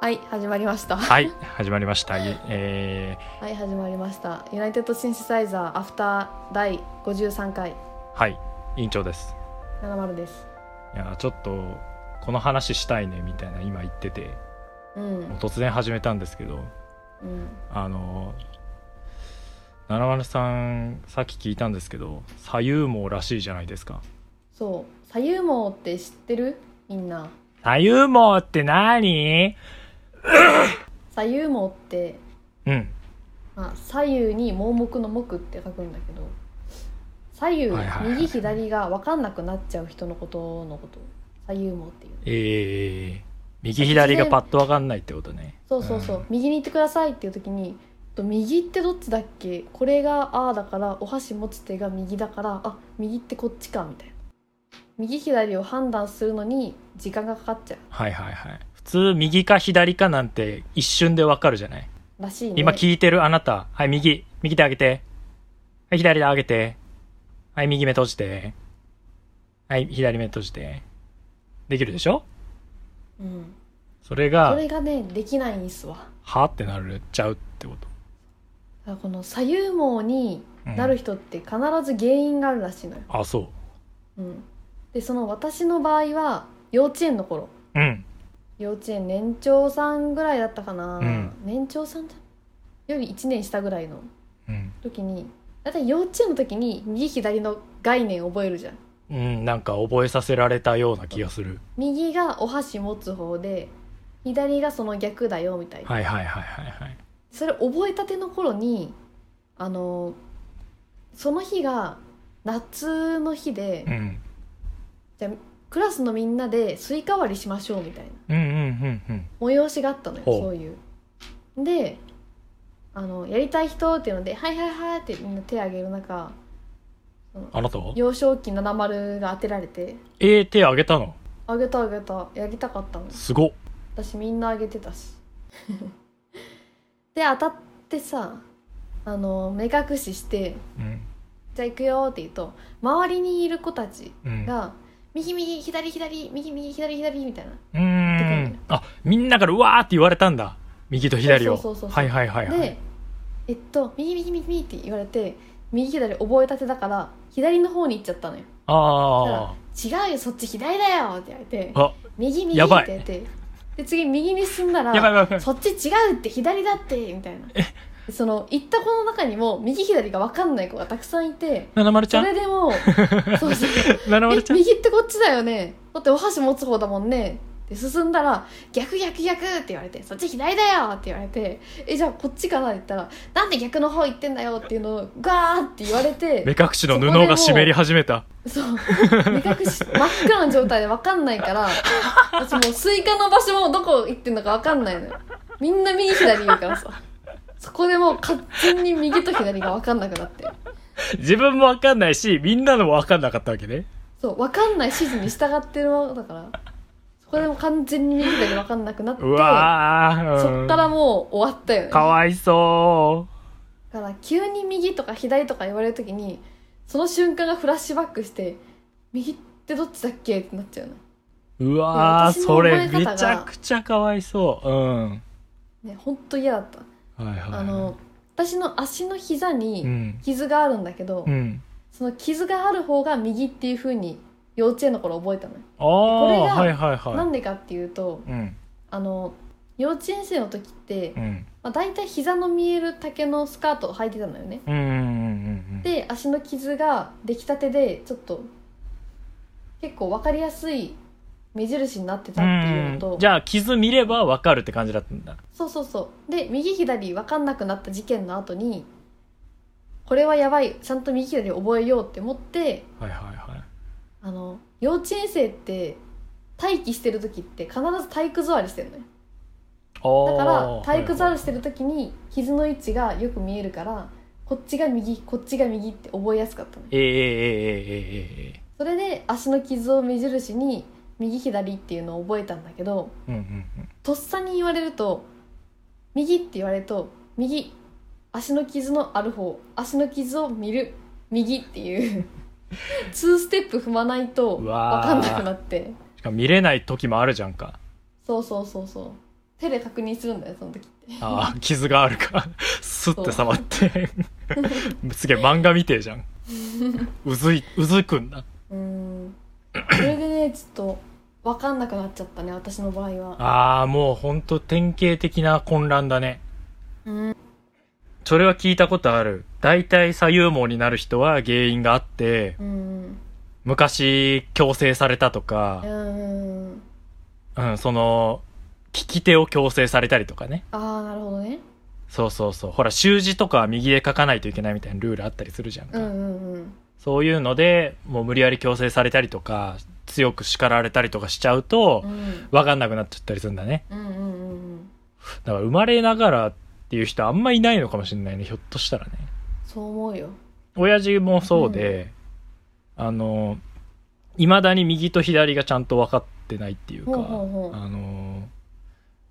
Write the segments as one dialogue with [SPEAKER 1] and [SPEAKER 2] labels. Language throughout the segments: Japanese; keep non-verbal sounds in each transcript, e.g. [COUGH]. [SPEAKER 1] はい始まりました
[SPEAKER 2] はい、始まりました。いえ
[SPEAKER 1] はい始まりましたユナイテッドシンセサイザーアフター第53回
[SPEAKER 2] ーはい、委員長です。
[SPEAKER 1] 70です
[SPEAKER 2] いや、ちょっと、この話したいね、みたいな今言ってて、
[SPEAKER 1] うん
[SPEAKER 2] もう突然始めたんですけど、
[SPEAKER 1] うん
[SPEAKER 2] あの、七丸さん、さっき聞いたんですけど、左右網らしいじゃないですか。
[SPEAKER 1] そう左右網って知ってるみんな
[SPEAKER 2] 左右網って何
[SPEAKER 1] 左右網って、
[SPEAKER 2] うん。
[SPEAKER 1] まあ、左右に盲目の目って書くんだけど左右、
[SPEAKER 2] はいはいはい
[SPEAKER 1] 右左が分かんなくなっちゃう人のことのこと左右網っていう
[SPEAKER 2] えー、右左がパッとわかんないってことね。
[SPEAKER 1] そうそうそう、
[SPEAKER 2] ん
[SPEAKER 1] 右に行ってくださいっていう時にと右ってどっちだっけこれがああだからお箸持つ手が右だからあ右ってこっちかみたいな右左を判断するのに時間がかかっちゃ
[SPEAKER 2] はいはいはい。普通、右か左かなんて一瞬でわかるじゃないう
[SPEAKER 1] らしいね
[SPEAKER 2] 今聞いてるあなた。はい、右。右手上げて。はい、左手上げて。はい、右目閉じて。はい、左目閉じて。できるでしょ
[SPEAKER 1] うん、
[SPEAKER 2] それ
[SPEAKER 1] そ
[SPEAKER 2] が
[SPEAKER 1] れ、がねできないんすわ
[SPEAKER 2] はってなるちゃうってこと。
[SPEAKER 1] だからこの左右盲になる人って必ず原因があるらしいのよ、
[SPEAKER 2] あ、そ
[SPEAKER 1] うん、でその私の場合は幼稚園の頃
[SPEAKER 2] う。うん。
[SPEAKER 1] 幼稚園年長さんぐらいだったかな、
[SPEAKER 2] うん
[SPEAKER 1] 年長さんじゃより1年下ぐらいの
[SPEAKER 2] うん。
[SPEAKER 1] 時にだいたい幼稚園の時に右左の概念覚えるじゃん
[SPEAKER 2] うん、なんか覚えさせられたような気がする。
[SPEAKER 1] 右がお箸持つ方で左がその逆だよみたいな、
[SPEAKER 2] はいはいはいはいはい。
[SPEAKER 1] それ覚えたての頃にあのその日が夏の日で、
[SPEAKER 2] うん。
[SPEAKER 1] じゃあクラスのみんなでスイカ割りしましょうみたいな
[SPEAKER 2] うんうんうんうん。
[SPEAKER 1] 催しがあったのよ
[SPEAKER 2] ほう
[SPEAKER 1] そういうであのやりたい人っていうので「はいはいはい」ってみんな手挙げる中
[SPEAKER 2] あなたは
[SPEAKER 1] 幼少期70が当てられて
[SPEAKER 2] えー、手上げたの
[SPEAKER 1] あげたあげたやりたかったの
[SPEAKER 2] すごっ。
[SPEAKER 1] 私みんなあげてたしで当たってさあの目隠しして
[SPEAKER 2] うん。
[SPEAKER 1] 「じゃあ行くよ」って言うと周りにいる子たち
[SPEAKER 2] うん。
[SPEAKER 1] が「右右左左右右左左」みたいな
[SPEAKER 2] うーん。あ、みんなからうわーって言われたんだ。右と左を。
[SPEAKER 1] そうそうそうそう
[SPEAKER 2] はいはいはいはい。
[SPEAKER 1] でえっと「右右右右」って言われて右左覚えたてだから左の方に行っちゃったのよだ
[SPEAKER 2] あ
[SPEAKER 1] から「違うよそっち左だよ」って言われて
[SPEAKER 2] あ。あ、
[SPEAKER 1] 「右右」
[SPEAKER 2] や
[SPEAKER 1] って
[SPEAKER 2] ば
[SPEAKER 1] 言
[SPEAKER 2] い
[SPEAKER 1] ってで次右に進んだら
[SPEAKER 2] やばいやばい [LAUGHS] やばい
[SPEAKER 1] そっち違うって左だってみたいなその行った子の中にも右左が分かんない子がたくさんいて
[SPEAKER 2] ななまるちゃ
[SPEAKER 1] そ
[SPEAKER 2] ん
[SPEAKER 1] れで
[SPEAKER 2] [LAUGHS]
[SPEAKER 1] もそうそう
[SPEAKER 2] ななまる
[SPEAKER 1] え
[SPEAKER 2] ちゃん
[SPEAKER 1] 右ってこっちだよねだってお箸持つ方だもんねで進んだら「逆逆逆」って言われて「そっち左だよ」って言われて「えじゃあこっちかな?」って言ったら「なんで逆の方行ってんだよ」っていうのをガーって言われ
[SPEAKER 2] [LAUGHS] 目
[SPEAKER 1] て
[SPEAKER 2] 隠しの布が湿り始めた。
[SPEAKER 1] そう目隠し真っ暗な状態で分かんないから私もうスイカの場所もどこ行ってんのか分かんないのよみんな右左言うからさそこでもう完全に右と左が分かんなくなって
[SPEAKER 2] 自分もわかんないし、みんなのもわかんなかったわけね。
[SPEAKER 1] そう分かんない指示に従ってるものだからそこでもう完全に右左分かんなくなって
[SPEAKER 2] うわー。うん
[SPEAKER 1] そっからもう終わったよね
[SPEAKER 2] かわいそ
[SPEAKER 1] だから急に右とか左とか言われる時にその瞬間がフラッシュバックして右ってどっちだっけってなっちゃう
[SPEAKER 2] う。うわー、
[SPEAKER 1] 私の
[SPEAKER 2] そ
[SPEAKER 1] 覚
[SPEAKER 2] れ
[SPEAKER 1] え方が
[SPEAKER 2] めちゃくちゃかわいそう。うん。
[SPEAKER 1] のね本当嫌だった
[SPEAKER 2] はいはい。
[SPEAKER 1] あの、私の足の膝
[SPEAKER 2] う
[SPEAKER 1] に
[SPEAKER 2] ん。
[SPEAKER 1] 傷があるんだけど、
[SPEAKER 2] うん。
[SPEAKER 1] その傷がある方が右っていう風に幼稚園の頃覚えたのよ、
[SPEAKER 2] ああ、
[SPEAKER 1] こ
[SPEAKER 2] はい
[SPEAKER 1] れ
[SPEAKER 2] はい
[SPEAKER 1] な
[SPEAKER 2] は
[SPEAKER 1] んでかっていうと
[SPEAKER 2] い。うん。
[SPEAKER 1] あの幼稚園生の時って、
[SPEAKER 2] うん。
[SPEAKER 1] まあ、大体膝の見える丈のスカートを履いてたのよね
[SPEAKER 2] うん。うんうん。
[SPEAKER 1] で足の傷ができたてでちょっと結構分かりやすい目印になってた
[SPEAKER 2] う
[SPEAKER 1] っていうの
[SPEAKER 2] ん。う
[SPEAKER 1] と
[SPEAKER 2] ん。じゃあ、傷見ればわかるって感じだったんだ。
[SPEAKER 1] そうそうそうで右左分かんなくなった事件の後にこれはやばいちゃんと右左覚えようって思って
[SPEAKER 2] はいはいはい。
[SPEAKER 1] あの幼稚園生って待機してる時って必ず体育座りしてるのよだから体育座りしてる時に傷の位置がよく見えるからこっちが右こっちが右って覚えやすかったのよ
[SPEAKER 2] ええええええええええ
[SPEAKER 1] それで足の傷を目印に右左っていうのを覚えたんだけど
[SPEAKER 2] うんうんうん。
[SPEAKER 1] とっさに言われると右って言われると右足の傷のある方足の傷を見る右っていう2ステップ踏まないと
[SPEAKER 2] う
[SPEAKER 1] 分
[SPEAKER 2] わ
[SPEAKER 1] か
[SPEAKER 2] ー
[SPEAKER 1] んなくなって
[SPEAKER 2] しかも見れない時もあるじゃんか。
[SPEAKER 1] そうそうそうそう手で確認するんだよその時って
[SPEAKER 2] ああ、傷があるか。スッて触って。すげえ漫画みてえじゃん。うずい、うずくんだ。
[SPEAKER 1] うんそれでねちょっと分かんなくなっちゃったね私の場合は
[SPEAKER 2] ああ、もうほんと典型的な混乱だね。
[SPEAKER 1] うん
[SPEAKER 2] それは聞いたことある。大体左右盲になる人は原因があって、
[SPEAKER 1] うん
[SPEAKER 2] 昔強制されたと
[SPEAKER 1] う
[SPEAKER 2] か、
[SPEAKER 1] ん
[SPEAKER 2] うん、その、聞き手を強制されたりとかね。
[SPEAKER 1] ああなるほどね
[SPEAKER 2] そうそうそう。ほら、習字とかは右で書かないといけないみたいなルールあったりするじゃんか。
[SPEAKER 1] うんうんうん
[SPEAKER 2] そういうので、もう無理やり強制されたりとか、強く叱られたりとかしちゃうと
[SPEAKER 1] う、ん
[SPEAKER 2] わかんなくなっちゃったりするんだね。
[SPEAKER 1] うんうんうんうん
[SPEAKER 2] だから生まれながらっていう人あんまいないのかもしれないね、ひょっとしたらね。
[SPEAKER 1] そう思うよ
[SPEAKER 2] 親父もそうで、あの、未だに右と左がちゃんと分かってないっていうか、
[SPEAKER 1] ほうほうほう
[SPEAKER 2] あの、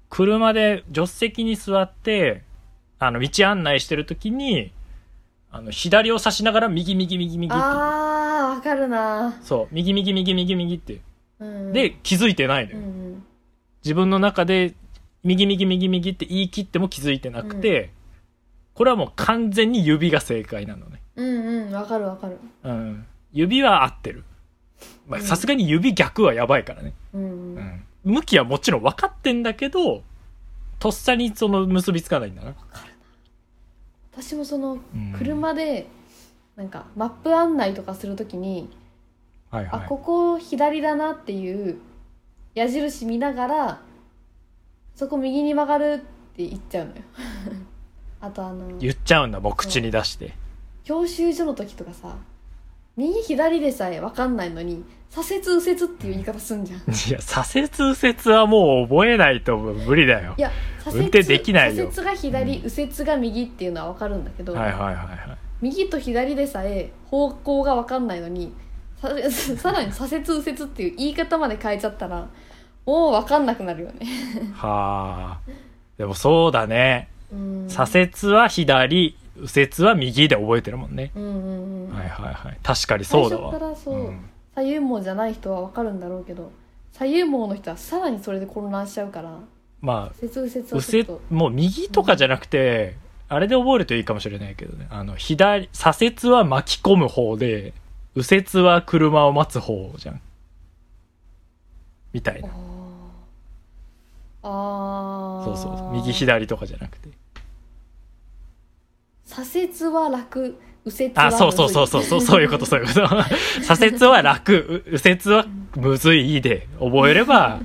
[SPEAKER 2] 車で助手席に座って、あの、道案内してる時に、あの、左を指しながら右右右右って言う
[SPEAKER 1] あーわかるな
[SPEAKER 2] そう、右右右右右って。
[SPEAKER 1] うん
[SPEAKER 2] で、気づいてないの
[SPEAKER 1] う
[SPEAKER 2] よ。
[SPEAKER 1] ん
[SPEAKER 2] 自分の中で、右右右右って言い切っても気づいてなくて、これはもう完全に指が正解なのね。
[SPEAKER 1] うんうんうんわかるわかる
[SPEAKER 2] うん。指は合ってる。まあ、
[SPEAKER 1] うん
[SPEAKER 2] さすがに指逆はやばいからね。
[SPEAKER 1] うん
[SPEAKER 2] う
[SPEAKER 1] うん
[SPEAKER 2] ん。向きはもちろん分かってんだけど、とっさにその結びつかないんだな。
[SPEAKER 1] 私もその
[SPEAKER 2] うん
[SPEAKER 1] 車でなんかマップ案内とかするときに
[SPEAKER 2] はい
[SPEAKER 1] あ
[SPEAKER 2] はい。
[SPEAKER 1] ここ左だなっていう矢印見ながらそこ右に曲がるって言っちゃうのよ [LAUGHS] あとあの
[SPEAKER 2] 言っちゃうんだ、もう口に出して。
[SPEAKER 1] 教習所の時とかさ右左でさえ分かんないのに左折右折っていう言い方すんじゃん
[SPEAKER 2] いや、左折右折はもう覚えないと無理だよ
[SPEAKER 1] い。や左折
[SPEAKER 2] 運転できないよ
[SPEAKER 1] 左折が左、
[SPEAKER 2] うん
[SPEAKER 1] 右折が右っていうのは分かるんだけど、
[SPEAKER 2] はいはいはいはい。
[SPEAKER 1] 右と左でさえ方向が分かんないのにさ [LAUGHS] さらに左折右折っていう言い方まで変えちゃったらもう分かんなくなるよね。
[SPEAKER 2] はあ。でもそうだね。
[SPEAKER 1] うん
[SPEAKER 2] 左折は左、右折は右で覚えてるもんね。
[SPEAKER 1] うんうんうん、
[SPEAKER 2] はいはいはい。確かにそうだ
[SPEAKER 1] 最初
[SPEAKER 2] わ。
[SPEAKER 1] からそう、
[SPEAKER 2] ん
[SPEAKER 1] 左右盲じゃない人は分かるんだろうけど左右盲の人はさらにそれで混乱しちゃうから
[SPEAKER 2] まあ、
[SPEAKER 1] 左折右折はち
[SPEAKER 2] 右
[SPEAKER 1] ょっ
[SPEAKER 2] 折
[SPEAKER 1] と、
[SPEAKER 2] もう右とかじゃなくて、あれで覚えるといいかもしれないけどね。あの、左、左折は巻き込む方で、右折は車を待つ方じゃん。みたいな。
[SPEAKER 1] あー
[SPEAKER 2] そうそう。右左とかじゃなくて。
[SPEAKER 1] 左折は楽右折は
[SPEAKER 2] あ、そうそうそうそう、そうそういうこと、そういうこと。左折は楽、う右折はむずいで、覚えれば、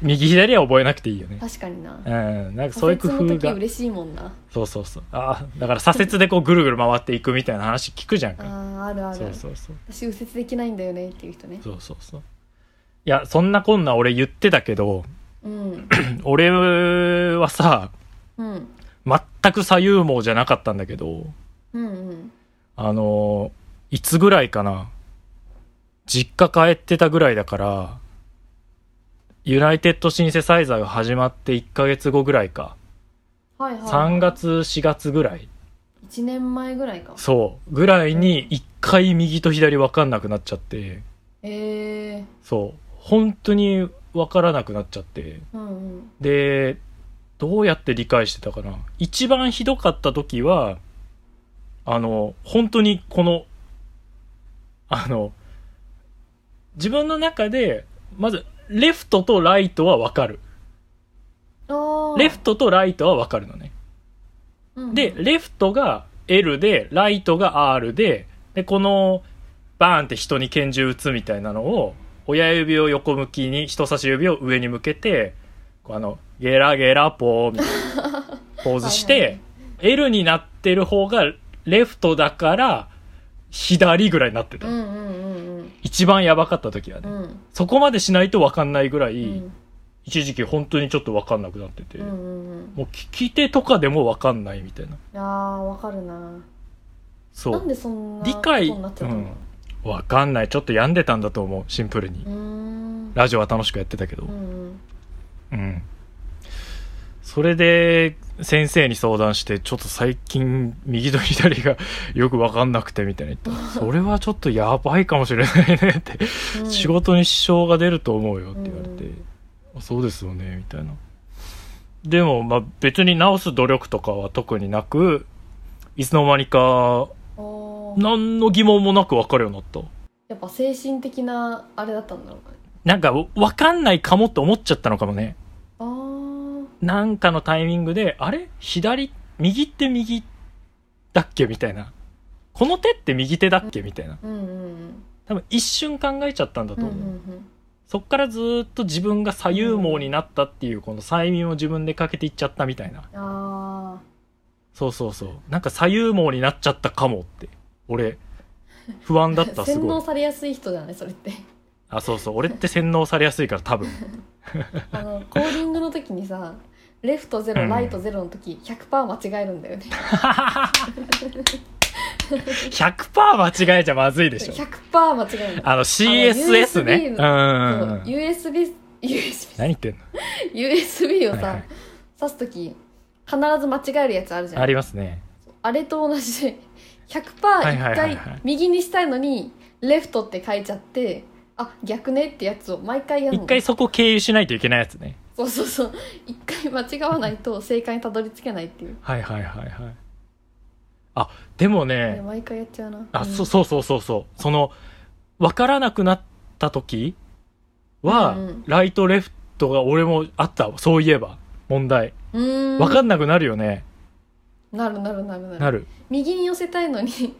[SPEAKER 2] 右左は覚えなくていいよね。
[SPEAKER 1] 確かにな
[SPEAKER 2] うん、なんかそういう工
[SPEAKER 1] 左折
[SPEAKER 2] 夫
[SPEAKER 1] の時
[SPEAKER 2] が。
[SPEAKER 1] 嬉しいもんな
[SPEAKER 2] そうそうそう。ああ、だから左折でこうぐるぐる回っていくみたいな話聞くじゃん
[SPEAKER 1] あ
[SPEAKER 2] か。
[SPEAKER 1] ーあるある
[SPEAKER 2] そうそうそう。
[SPEAKER 1] 私右折できないんだよねっていう人ね
[SPEAKER 2] そうそうそう。いや、そんなこんな俺言ってたけど、 [LAUGHS]
[SPEAKER 1] うん
[SPEAKER 2] 俺はさ、
[SPEAKER 1] うん
[SPEAKER 2] 全く左右盲じゃなかったんだけど、
[SPEAKER 1] うんうん
[SPEAKER 2] あの、いつぐらいかな。実家帰ってたぐらいだから、ユナイテッドシンセサイザーが始まって1ヶ月後ぐらいか。
[SPEAKER 1] はいはい
[SPEAKER 2] 3月、4月ぐらい。
[SPEAKER 1] 1年前ぐらいか
[SPEAKER 2] そう。ぐらいに1回右と左分かんなくなっちゃって、
[SPEAKER 1] ええ
[SPEAKER 2] そう。本当に分からなくなっちゃって。
[SPEAKER 1] ー、うんうん
[SPEAKER 2] で、どうやって理解してたかな。一番ひどかった時は、あの、本当にこの、あの、自分の中で、まず、レフトとライトはわかる。
[SPEAKER 1] ああ
[SPEAKER 2] レフトとライトはわかるのね。
[SPEAKER 1] ト
[SPEAKER 2] で、レフトが L で、ライトが R で、で、この、バーンって人に拳銃撃つみたいなのを、親指を横向きに、人差し指を上に向けて、こうあの、ゲラゲラポーみたいなポー
[SPEAKER 1] [LAUGHS]
[SPEAKER 2] ズして、
[SPEAKER 1] はいはい
[SPEAKER 2] L になってる方がレフトだから、左ぐらいになってた。
[SPEAKER 1] うんうんうん
[SPEAKER 2] 一番やばかった時
[SPEAKER 1] う
[SPEAKER 2] はね。
[SPEAKER 1] んうん
[SPEAKER 2] そこまでしないとわかんないぐらい、
[SPEAKER 1] うん
[SPEAKER 2] 一時期本当にちょっとわかんなくなってて、
[SPEAKER 1] うんうん
[SPEAKER 2] もう聞き手とかでもわかんないみたいな。
[SPEAKER 1] うんあーわかるな
[SPEAKER 2] そう。
[SPEAKER 1] なんでそんな
[SPEAKER 2] 理解
[SPEAKER 1] ことになっちゃったの
[SPEAKER 2] わかんない。ちょっと病んでたんだと思う、シンプルに
[SPEAKER 1] う。ーん
[SPEAKER 2] ラジオは楽しくやってたけど
[SPEAKER 1] う。ん
[SPEAKER 2] うん。それで、先生に相談して、ちょっと最近、右と左が [LAUGHS] よくわかんなくて、みたいな言ったらそれはちょっとやばいかもしれないねって、
[SPEAKER 1] うん
[SPEAKER 2] 仕事に支障が出ると思うよって言われて
[SPEAKER 1] うん、
[SPEAKER 2] あそうですよね、みたいな。でも、まあ、別に直す努力とかは特になく、いつの間にか、
[SPEAKER 1] おー
[SPEAKER 2] 何の疑問もなく分かるようになった。
[SPEAKER 1] やっぱ精神的なあれだったんだろうね
[SPEAKER 2] なんか、分かんないかもって思っちゃったのかもね。
[SPEAKER 1] あー
[SPEAKER 2] なんかのタイミングで、あれ左、右って右だっけみたいな。この手って右手だっけみたいな。
[SPEAKER 1] うんうんうん
[SPEAKER 2] 多分一瞬考えちゃったんだ
[SPEAKER 1] う
[SPEAKER 2] と
[SPEAKER 1] んう
[SPEAKER 2] 思う。
[SPEAKER 1] んうん
[SPEAKER 2] そっからずーっと自分が左右盲になったっていう、この催眠を自分でかけていっちゃったみたいな。
[SPEAKER 1] あ
[SPEAKER 2] そうそうそう。なんか左右盲になっちゃったかもって。俺、不安だっ
[SPEAKER 1] あ
[SPEAKER 2] た、す
[SPEAKER 1] 洗
[SPEAKER 2] ご
[SPEAKER 1] 脳
[SPEAKER 2] い。
[SPEAKER 1] されやすい人じゃないそれって
[SPEAKER 2] あ、そうそう。俺って洗脳されやすいから多分。 [LAUGHS]
[SPEAKER 1] あのコーディングの時にさレフトゼ
[SPEAKER 2] う
[SPEAKER 1] ロ
[SPEAKER 2] ん
[SPEAKER 1] ライトゼロの時100%間違えるんだよね
[SPEAKER 2] 100%間違えちゃまずいでしょ。
[SPEAKER 1] 100%間違えるの
[SPEAKER 2] あの CSS ね。
[SPEAKER 1] あ
[SPEAKER 2] うんうんうん。
[SPEAKER 1] そう USB, USB,
[SPEAKER 2] 何言ってんの
[SPEAKER 1] USB をさ、
[SPEAKER 2] はいはい
[SPEAKER 1] 刺す時必ず間違えるやつあるじゃん
[SPEAKER 2] ありますね。
[SPEAKER 1] あれと同じで100%
[SPEAKER 2] いはい
[SPEAKER 1] 一
[SPEAKER 2] はい
[SPEAKER 1] 回
[SPEAKER 2] はい
[SPEAKER 1] 右にしたいのにレフトって書いちゃってあ逆ねってやつを毎回やるの
[SPEAKER 2] 一回そこ経由しないといけないやつね。
[SPEAKER 1] そうそうそう一回間違わないと正解にたどり着けないっていう、
[SPEAKER 2] はいはいはいはい。あ、でも
[SPEAKER 1] ね
[SPEAKER 2] ね、
[SPEAKER 1] 毎回やっちゃうな
[SPEAKER 2] あ、そ
[SPEAKER 1] うん
[SPEAKER 2] そうそうそうそう。その、わからなくなった時は、
[SPEAKER 1] うんうん
[SPEAKER 2] ライトレフトが俺もあったわ。そういえば、問題。
[SPEAKER 1] うーん
[SPEAKER 2] わかんなくなるよね。
[SPEAKER 1] なるなるなるなる
[SPEAKER 2] なる。
[SPEAKER 1] 右に寄せたいのに [LAUGHS]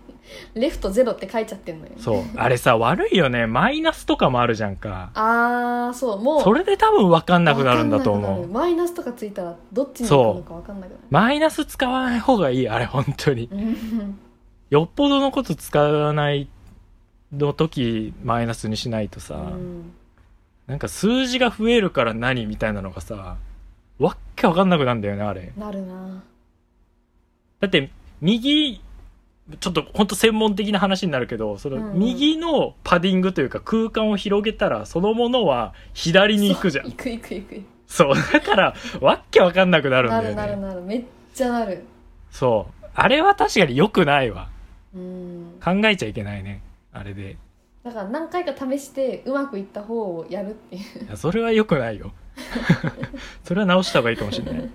[SPEAKER 1] レフトゼロって書いちゃってんのよ
[SPEAKER 2] そう。あれさ、悪いよね。マイナスとかもあるじゃんか。
[SPEAKER 1] あーそうもう
[SPEAKER 2] それで多分わかんなくなるんだと
[SPEAKER 1] わかん
[SPEAKER 2] 思
[SPEAKER 1] なくな
[SPEAKER 2] う。
[SPEAKER 1] るマイナスとかついたらどっちに行くのかわかんなくなる
[SPEAKER 2] マイナス使わない方がいい、 [LAUGHS] あれ、本当に。
[SPEAKER 1] うん
[SPEAKER 2] よっぽどのこと使わないの時マイナスにしないとさ、
[SPEAKER 1] うん
[SPEAKER 2] なんか数字が増えるから何みたいなのがさわっけわかんなくなんだよねあれ
[SPEAKER 1] なるな
[SPEAKER 2] だって右ちょっとほんと専門的な話になるけどその
[SPEAKER 1] うんうん
[SPEAKER 2] 右のパディングというか空間を広げたらそのものは左に行くじゃん
[SPEAKER 1] 行く行く行く
[SPEAKER 2] そうだからわっけわかんなくなるん
[SPEAKER 1] な
[SPEAKER 2] だ
[SPEAKER 1] るな
[SPEAKER 2] よ
[SPEAKER 1] る
[SPEAKER 2] ね
[SPEAKER 1] なるめっちゃなる
[SPEAKER 2] そうあれは確かに良くないわ
[SPEAKER 1] うん
[SPEAKER 2] 考えちゃいけないねあれで
[SPEAKER 1] だから何回か試してうまくいった方をやるっていう
[SPEAKER 2] いやそれは良くないよ [LAUGHS] それは直した方がいいかもしれない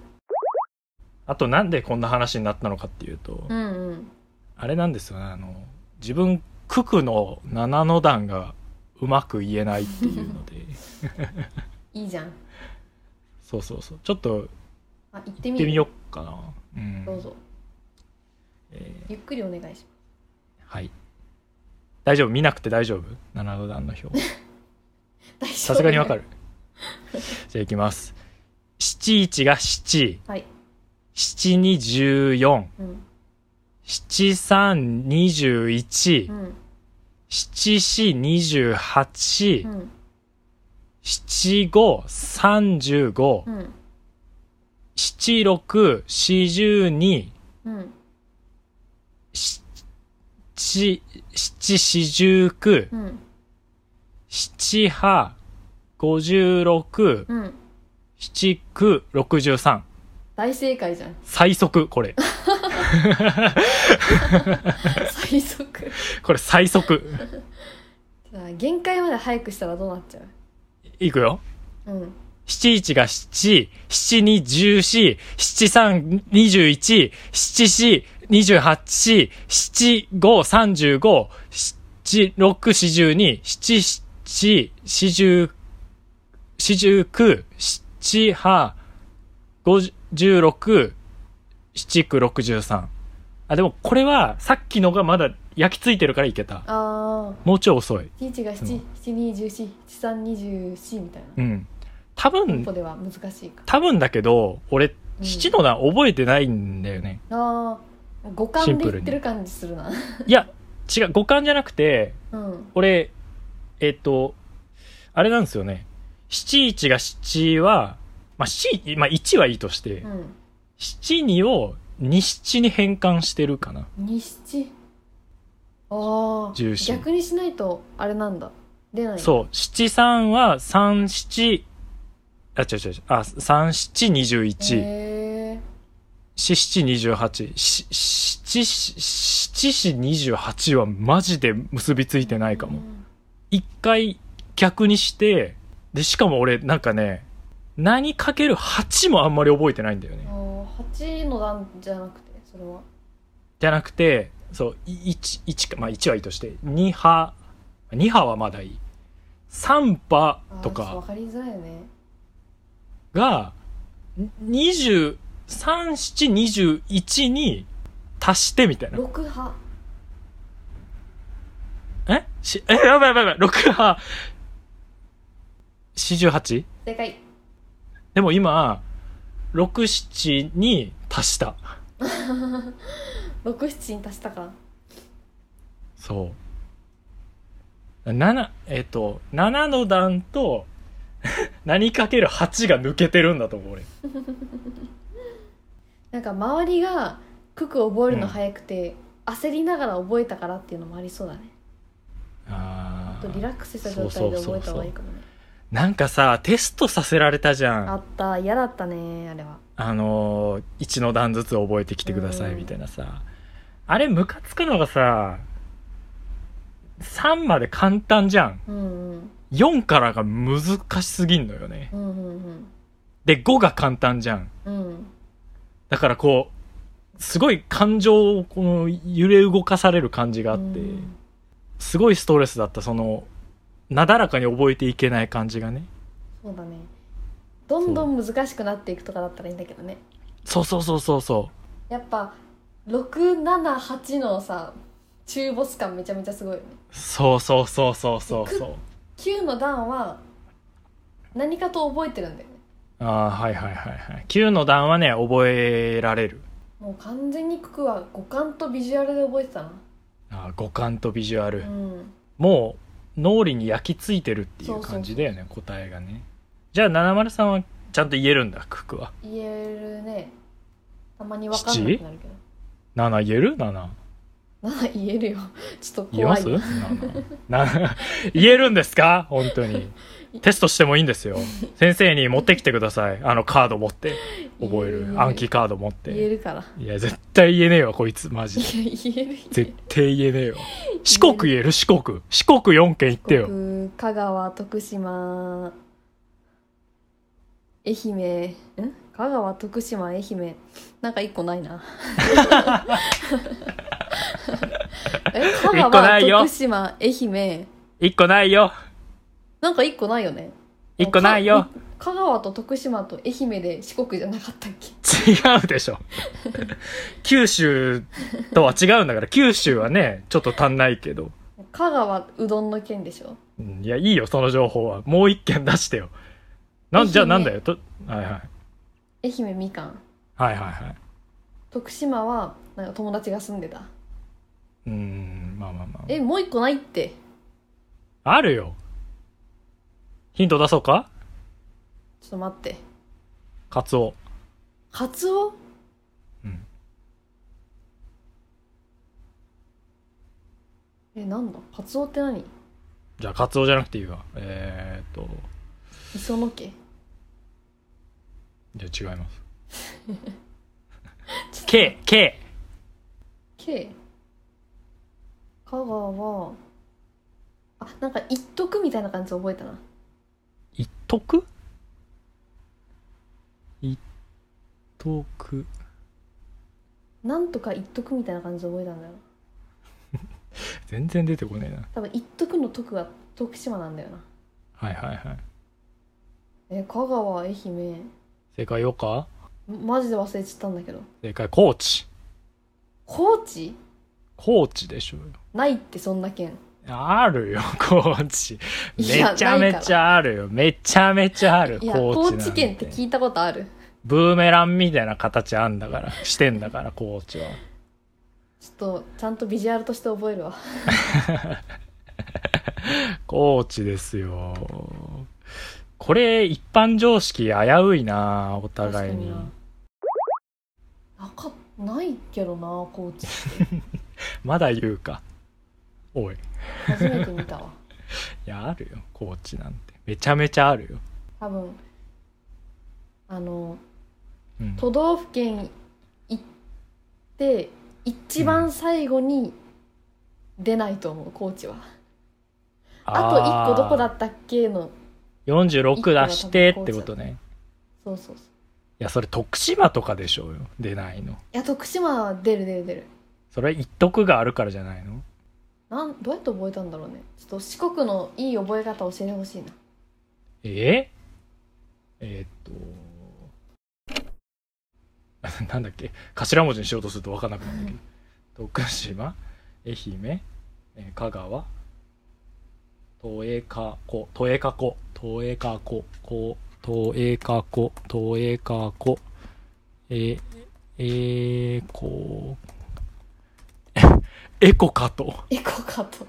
[SPEAKER 2] あとなんでこんな話になったのかっていうと、
[SPEAKER 1] うんうん
[SPEAKER 2] あれなんですよねあの自分九九の七の段がうまく言えないっていうので
[SPEAKER 1] [LAUGHS] いいじゃん
[SPEAKER 2] そうそうそうちょっと
[SPEAKER 1] あ行っ
[SPEAKER 2] 行
[SPEAKER 1] て
[SPEAKER 2] っ
[SPEAKER 1] み
[SPEAKER 2] て
[SPEAKER 1] る
[SPEAKER 2] みようかなうん
[SPEAKER 1] どうぞ
[SPEAKER 2] えー
[SPEAKER 1] ゆっくりお願いします
[SPEAKER 2] はい大丈夫見なくて大丈夫七の段の表
[SPEAKER 1] 大丈夫
[SPEAKER 2] さすがに
[SPEAKER 1] [LAUGHS]
[SPEAKER 2] わかるじゃあいきます七一が七
[SPEAKER 1] はい
[SPEAKER 2] 七二十四
[SPEAKER 1] うん
[SPEAKER 2] 七三二十一
[SPEAKER 1] うん
[SPEAKER 2] 七四二十八
[SPEAKER 1] うん
[SPEAKER 2] 七五三十五
[SPEAKER 1] うん
[SPEAKER 2] 七六四十二
[SPEAKER 1] うん
[SPEAKER 2] 七七四十九
[SPEAKER 1] うん
[SPEAKER 2] 七八五十六
[SPEAKER 1] うん
[SPEAKER 2] 七九六十三
[SPEAKER 1] 大正解じゃん
[SPEAKER 2] 最速これ
[SPEAKER 1] 最速
[SPEAKER 2] これ最速
[SPEAKER 1] じゃあ限界まで早くしたらどうなっちゃ
[SPEAKER 2] いくよ
[SPEAKER 1] ううん
[SPEAKER 2] 七一が七、七二十四、七三二十一、七四二十八、七五三十五、七六四十二、七七四十、四十九、七八五十六、七九六十三。あ、でもこれはさっきのがまだ焼き付いてるからいけた。
[SPEAKER 1] ああ
[SPEAKER 2] もうちょい遅い。
[SPEAKER 1] 1が
[SPEAKER 2] そう
[SPEAKER 1] 772147324みたいな
[SPEAKER 2] うん。多
[SPEAKER 1] 一
[SPEAKER 2] 分
[SPEAKER 1] 歩、では難しいか
[SPEAKER 2] 多分だけど、俺、
[SPEAKER 1] うん
[SPEAKER 2] 七の段覚えてないんだよね。
[SPEAKER 1] ああ五
[SPEAKER 2] シ
[SPEAKER 1] 感
[SPEAKER 2] ン
[SPEAKER 1] で
[SPEAKER 2] プ
[SPEAKER 1] 言
[SPEAKER 2] ル
[SPEAKER 1] っ
[SPEAKER 2] に
[SPEAKER 1] てる感じするな
[SPEAKER 2] いや、違う、五感じゃなくて、
[SPEAKER 1] うん
[SPEAKER 2] 俺、えっ、と、あれなんですよね。七一が七は、まあ、七、まあ、一はいいとして
[SPEAKER 1] う、ん
[SPEAKER 2] 七二を二七に変換してるかな。
[SPEAKER 1] 二七ああ
[SPEAKER 2] 重心
[SPEAKER 1] 逆にしないとあれなんだ出ない
[SPEAKER 2] そう、七三は三七、あ、違う違う違う、あ、三七二十
[SPEAKER 1] へ
[SPEAKER 2] 一、
[SPEAKER 1] え
[SPEAKER 2] 四七二十八、し七七四二十八はマジで結びついてないかも。一回逆にして、で、しかも俺、なんかね、何かける8もあんまり覚えてないんだよね
[SPEAKER 1] 8の段じゃなくてそれは
[SPEAKER 2] じゃなくてそう1一かまあ1はいいとして2波2波はまだいい3波
[SPEAKER 1] あー
[SPEAKER 2] と
[SPEAKER 1] ちょっ
[SPEAKER 2] か
[SPEAKER 1] 分かりづらいよね
[SPEAKER 2] が2371に足してみたいな
[SPEAKER 1] 6波
[SPEAKER 2] えしえやばいやばいやばい6波 48?
[SPEAKER 1] 正解
[SPEAKER 2] でも今67に足した
[SPEAKER 1] 67に足したか
[SPEAKER 2] そう。7、えっと、7の段と、 [LAUGHS] 何かける8が抜けてるんだと思う、俺。
[SPEAKER 1] なんか周りが九九覚えるの早くて、焦りながら覚えたからっていうのもありそうだね
[SPEAKER 2] あ
[SPEAKER 1] あとリ
[SPEAKER 2] ー
[SPEAKER 1] ラックスした状態で覚えた方がいいかもね
[SPEAKER 2] なんかさ、テストさせられたじゃん。
[SPEAKER 1] あ
[SPEAKER 2] あ
[SPEAKER 1] った嫌だったねあれは
[SPEAKER 2] のー、1の段ずつ覚えてきてください、
[SPEAKER 1] うん
[SPEAKER 2] みたいなさ。あれ、ムカつくのがさ、3まで簡単じゃん。
[SPEAKER 1] うんうん
[SPEAKER 2] 4からが難しすぎんのよね。
[SPEAKER 1] うんうん
[SPEAKER 2] で、5が簡単じゃん。
[SPEAKER 1] うんうん
[SPEAKER 2] だからこう、すごい感情をこの揺れ動かされる感じがあって、
[SPEAKER 1] うん
[SPEAKER 2] すごいストレスだった、その、なだらかに覚えていけない感じがね。
[SPEAKER 1] そうだねどんどん難しくなっていくとかだったらいいんだけどね
[SPEAKER 2] そうそうそうそうそ
[SPEAKER 1] やっぱ678のさ中ボス感めちゃめちゃすごいよね
[SPEAKER 2] う。そうそうそうそうそうそう。
[SPEAKER 1] 9の段は何かと覚えてるんだよね
[SPEAKER 2] ああ、はいはいはいはい。9の段はね、覚えられる。
[SPEAKER 1] もう完全にククは五感とビジュアルで覚えてたな
[SPEAKER 2] あー五感とビジュアル。
[SPEAKER 1] うん
[SPEAKER 2] もう、脳裏に焼き付いてるってい
[SPEAKER 1] そう
[SPEAKER 2] う
[SPEAKER 1] そうそう
[SPEAKER 2] 感じだよね、答えがね。じゃあ、703はちゃんと言えるんだ、ククは。
[SPEAKER 1] 言えるねたまに分かんなくなるけど
[SPEAKER 2] 7言える ?7。
[SPEAKER 1] 7言え [LAUGHS] るよちょっと
[SPEAKER 2] 言え
[SPEAKER 1] 怖
[SPEAKER 2] ます
[SPEAKER 1] い
[SPEAKER 2] なな [LAUGHS] 言えるんですか本当に。テストしてもいいんですよ。先生に持ってきてください。あのカード持って。覚え
[SPEAKER 1] 言え
[SPEAKER 2] る。
[SPEAKER 1] る
[SPEAKER 2] 暗記カード持っ
[SPEAKER 1] 言え
[SPEAKER 2] て。
[SPEAKER 1] るから [LAUGHS]
[SPEAKER 2] いや、絶対言えねえわ、こいつ。マ
[SPEAKER 1] い
[SPEAKER 2] ジで。
[SPEAKER 1] や言える
[SPEAKER 2] 絶対言えねえよ。四国言える四国。四国4県行ってよ。
[SPEAKER 1] 四国香川徳島愛媛ん香川徳島愛媛なんか一個ない [LAUGHS] なえ香
[SPEAKER 2] 一個な
[SPEAKER 1] 川
[SPEAKER 2] いよ
[SPEAKER 1] 徳島愛媛
[SPEAKER 2] 一個ないよ。
[SPEAKER 1] なんか一個ないよね
[SPEAKER 2] 一個ないよ。
[SPEAKER 1] 香川と徳島と愛媛で四国じゃなかったっけ
[SPEAKER 2] 違うで
[SPEAKER 1] [LAUGHS]
[SPEAKER 2] しょ。九州とは違うんだから、九州はね、ちょっと足んないけど。
[SPEAKER 1] 香川うどんの県でしょ
[SPEAKER 2] うんいや、いいよ、その情報は。もう一件出してよ。なん、じゃあ
[SPEAKER 1] 愛媛
[SPEAKER 2] なんだよ。と、はいはい。
[SPEAKER 1] 愛媛みかん
[SPEAKER 2] はいはいはい。
[SPEAKER 1] 徳島はなんか友達が住んでた
[SPEAKER 2] うーん、まあまあま
[SPEAKER 1] えもう一個ないって
[SPEAKER 2] あ。あるよ。ヒント出そうか
[SPEAKER 1] ちょっと待って
[SPEAKER 2] カツオ。
[SPEAKER 1] カツオ
[SPEAKER 2] うん。
[SPEAKER 1] えなんだカツオって何
[SPEAKER 2] じゃあカツオじゃなくていいわ。えー、っと、
[SPEAKER 1] 磯野家
[SPEAKER 2] じゃあ違います。K、K。
[SPEAKER 1] K 香川あなんか一徳みたいな感じで覚えたな
[SPEAKER 2] 一徳一徳。
[SPEAKER 1] なんとか一徳みたいな感じで覚えたんだよな
[SPEAKER 2] 全然出てこねえな。
[SPEAKER 1] 多分一徳の徳が徳島なんだよな
[SPEAKER 2] はいはいはい。
[SPEAKER 1] え香川愛媛
[SPEAKER 2] 正解よか
[SPEAKER 1] マジで忘れちゃったんだけど
[SPEAKER 2] 正解、高知。
[SPEAKER 1] 高知
[SPEAKER 2] 高知でしょうよ。
[SPEAKER 1] ないってそんな県
[SPEAKER 2] あるよ、 [LAUGHS] 高知。め
[SPEAKER 1] いや
[SPEAKER 2] ちゃめちゃあるよ。めちゃめちゃある、
[SPEAKER 1] いや高
[SPEAKER 2] なんて
[SPEAKER 1] 知県って聞いたことある
[SPEAKER 2] ブーメランみたいな形あんだから、 [LAUGHS] してんだから、高知は。
[SPEAKER 1] ちょっとちゃんとビジュアルとして覚えるわ
[SPEAKER 2] 高知ですよ。これ、一般常識危ういなお互いに。
[SPEAKER 1] 確かななかないけどな高知
[SPEAKER 2] まだ言うか。おい。い
[SPEAKER 1] 初めて見たわ
[SPEAKER 2] や、あるよ、高知なんて。めちゃめちゃあるよ。
[SPEAKER 1] 多分あの
[SPEAKER 2] うん、
[SPEAKER 1] 都道府県行って一番最後に出ないと思う高知はあと1個どこだ
[SPEAKER 2] っ
[SPEAKER 1] ったっけの
[SPEAKER 2] 46出してってことね。
[SPEAKER 1] そうそうそう
[SPEAKER 2] いやそれ徳島とかでしょうよ出ないの
[SPEAKER 1] いや徳島は出る出る出る
[SPEAKER 2] それは一徳があるからじゃないの
[SPEAKER 1] なんどうやって覚えたんだろうねちょっと四国のいい覚え方教えてほしいな
[SPEAKER 2] えー、えーっと [LAUGHS] なんだっけ頭文字にしようとすると分からなくなるんだけど徳島愛媛、えー香川都営かこ都営かこ都営かここ都営かこ都営かこええー、こ [LAUGHS] エコかと
[SPEAKER 1] エコか
[SPEAKER 2] [LAUGHS]
[SPEAKER 1] と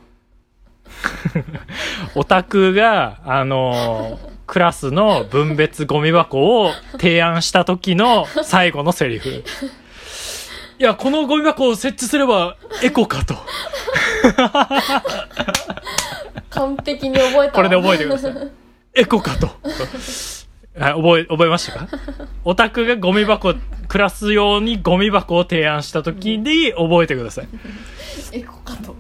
[SPEAKER 2] オタクが、あ
[SPEAKER 1] [LAUGHS]
[SPEAKER 2] のークラスの分別ゴミ箱を提案した時の最後のセリフ。いや、このゴミ箱を設置すればエコかと。
[SPEAKER 1] 完璧に覚えたわ
[SPEAKER 2] これで覚えてください。エコかと。あ覚え、覚えましたかオタクがゴミ箱、クラス用にゴミ箱を提案した時に覚えてください。
[SPEAKER 1] [LAUGHS] エコか
[SPEAKER 2] [LAUGHS]
[SPEAKER 1] と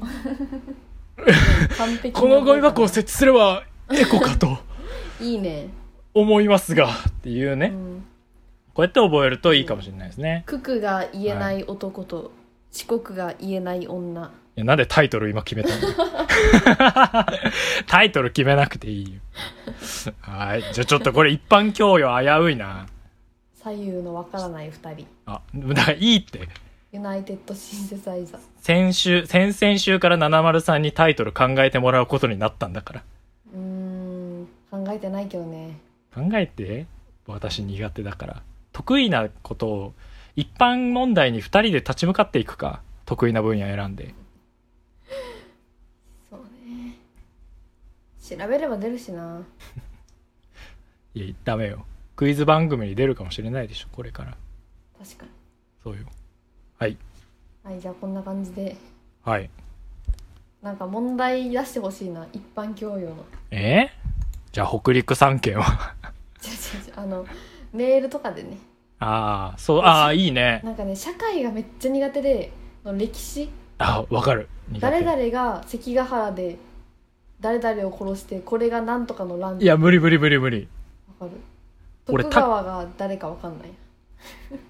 [SPEAKER 1] 完璧に
[SPEAKER 2] このゴミ箱を設置すればエコかと
[SPEAKER 1] いいね、
[SPEAKER 2] 思いますが、っていう
[SPEAKER 1] う
[SPEAKER 2] ね。
[SPEAKER 1] ん、
[SPEAKER 2] こうやって覚えるといいかもしれないですね。
[SPEAKER 1] 九九が言えない男と、四国が言えない女
[SPEAKER 2] いや、なんでタイトル今決めたの [LAUGHS] タイトル決めなくていいよ。はい。じゃあちょっとこれ一般教養危ういな。
[SPEAKER 1] 左右のわからない二人
[SPEAKER 2] あ、だからいいって。
[SPEAKER 1] ユナイテッドシンセサイザー
[SPEAKER 2] 先週、先々週から70さんにタイトル考えてもらうことになったんだから。
[SPEAKER 1] うーん考えてないけどね
[SPEAKER 2] 考えて。私苦手だから。得意なことを、一般問題に二人で立ち向かっていくか。得意な分野選んで。
[SPEAKER 1] そうね調べれば出るしない
[SPEAKER 2] や、ダメよ。クイズ番組に出るかもしれないでしょ、これから。
[SPEAKER 1] 確かに
[SPEAKER 2] そうよ。はい。
[SPEAKER 1] はいじゃあこんな感じで
[SPEAKER 2] はい。
[SPEAKER 1] なんか問題出してほしいな一般教養の
[SPEAKER 2] えじゃあ北陸三県は [LAUGHS]
[SPEAKER 1] 違う違う違うあのメールとかでね
[SPEAKER 2] ああそうああいいね
[SPEAKER 1] なんかね社会がめっちゃ苦手での歴史
[SPEAKER 2] あわかる苦手
[SPEAKER 1] 誰々が関ヶ原で誰々を殺してこれがなんとかの乱
[SPEAKER 2] いや無理無理無理無理
[SPEAKER 1] わかる
[SPEAKER 2] 俺
[SPEAKER 1] 徳川が誰かわかんない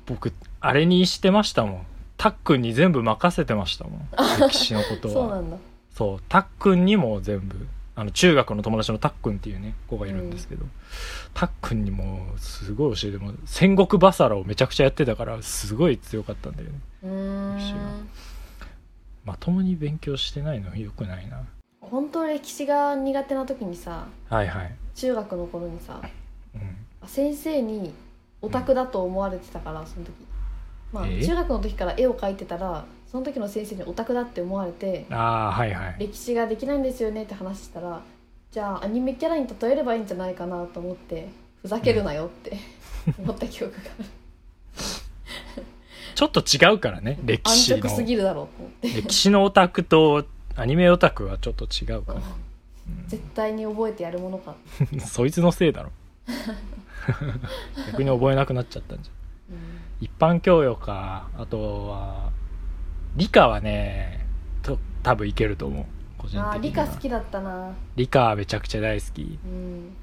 [SPEAKER 2] 僕あれにしてましたもんたっくんに全部任せてましたもん歴史のことは
[SPEAKER 1] そうなんだ
[SPEAKER 2] そうたっくんにも全部あの中学の友達のたっくんっていうね子がいるんですけど、たっくんにもうすごい教えてもらう戦国バサラをめちゃくちゃやってたからすごい強かったんだよね
[SPEAKER 1] うー
[SPEAKER 2] 歴史
[SPEAKER 1] ん
[SPEAKER 2] まともに勉強してないのよくないな
[SPEAKER 1] 本当歴史が苦手な時にさ
[SPEAKER 2] はいはい、
[SPEAKER 1] 中学の頃にさ
[SPEAKER 2] うん、
[SPEAKER 1] 先生にオタクだと思われてたからその時まあ
[SPEAKER 2] え
[SPEAKER 1] 中学の時から絵を描いてたらその時の先生にオタクだって思われて
[SPEAKER 2] ああはいはい
[SPEAKER 1] 歴史ができないんですよねって話したらじゃあアニメキャラに例えればいいんじゃないかなと思ってふざけるなよって思った記憶がある
[SPEAKER 2] ちょっと違うからね歴
[SPEAKER 1] 安
[SPEAKER 2] 史の
[SPEAKER 1] 直すぎるだろうと思
[SPEAKER 2] [LAUGHS]
[SPEAKER 1] って
[SPEAKER 2] 歴史のオタクとアニメオタクはちょっと違うかな、
[SPEAKER 1] [LAUGHS] 絶対に覚えてやるものか、
[SPEAKER 2] うんそいつのせいだろ逆に覚えなくなっちゃったんじゃん
[SPEAKER 1] うん
[SPEAKER 2] 一般教養かあとは理科はねと多分いけると思う個人的には
[SPEAKER 1] あー理科好きだったな
[SPEAKER 2] 理科はめちゃくちゃ大好き
[SPEAKER 1] うん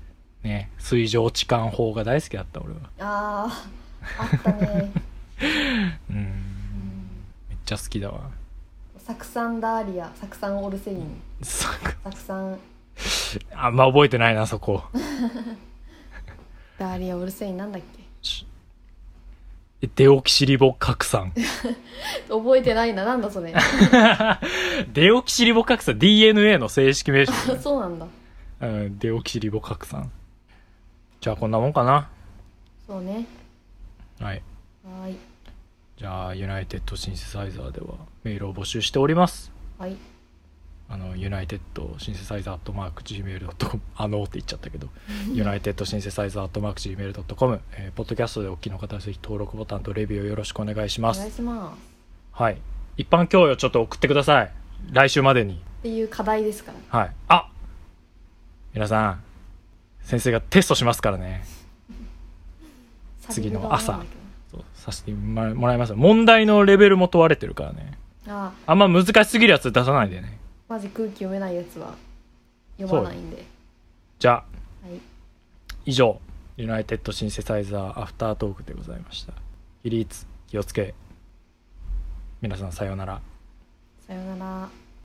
[SPEAKER 2] ね水上置換法が大好きだった俺は
[SPEAKER 1] あーあった
[SPEAKER 2] [LAUGHS]
[SPEAKER 1] ね、
[SPEAKER 2] うん
[SPEAKER 1] うん
[SPEAKER 2] めっちゃ好きだわ [LAUGHS]
[SPEAKER 1] サクサンダーリアサクサンオルセイン
[SPEAKER 2] そう
[SPEAKER 1] サクサン
[SPEAKER 2] あんま覚えてないな
[SPEAKER 1] [LAUGHS]
[SPEAKER 2] そこ
[SPEAKER 1] ダーリアオルセインなんだっけ
[SPEAKER 2] しデオキシリボ核酸
[SPEAKER 1] 覚えてないななんだ [LAUGHS] それ
[SPEAKER 2] デオキシリボ核酸 DNA の正式名称、
[SPEAKER 1] そうなんだ
[SPEAKER 2] うん、デオキシリボ核酸じゃあこんなもんかな
[SPEAKER 1] そうね
[SPEAKER 2] はい
[SPEAKER 1] はーい
[SPEAKER 2] じゃあユナイテッドシンセサイザーではメールを募集しております
[SPEAKER 1] はい
[SPEAKER 2] あのユナイテッドシンセサイザーとマーク Gmail.com あのーって言っちゃったけどユナイテッドシンセサイザーとマーク Gmail.com、えーポッドキャストでお聞きの方はぜひ登録ボタンとレビューをよろしくお願いし
[SPEAKER 1] お
[SPEAKER 2] ます
[SPEAKER 1] 願いします
[SPEAKER 2] はい一般教養ちょっと送ってください来週までに
[SPEAKER 1] っていう課題ですから
[SPEAKER 2] はい。あ皆さん、先生がテストしますからね。次の朝
[SPEAKER 1] サビが
[SPEAKER 2] そうさせてもらいます。問題のレベルも問われてるからね。
[SPEAKER 1] 合わないけどあ
[SPEAKER 2] あんま難しすぎるやつ出さないでね。
[SPEAKER 1] ーマジ空気読めないやつは読まないんで
[SPEAKER 2] じゃあ、
[SPEAKER 1] はい
[SPEAKER 2] 以上、ユナイテッドシンセサイザーアフタートークでございました。起立、気をつけ。皆さんさようなら。
[SPEAKER 1] さようなら。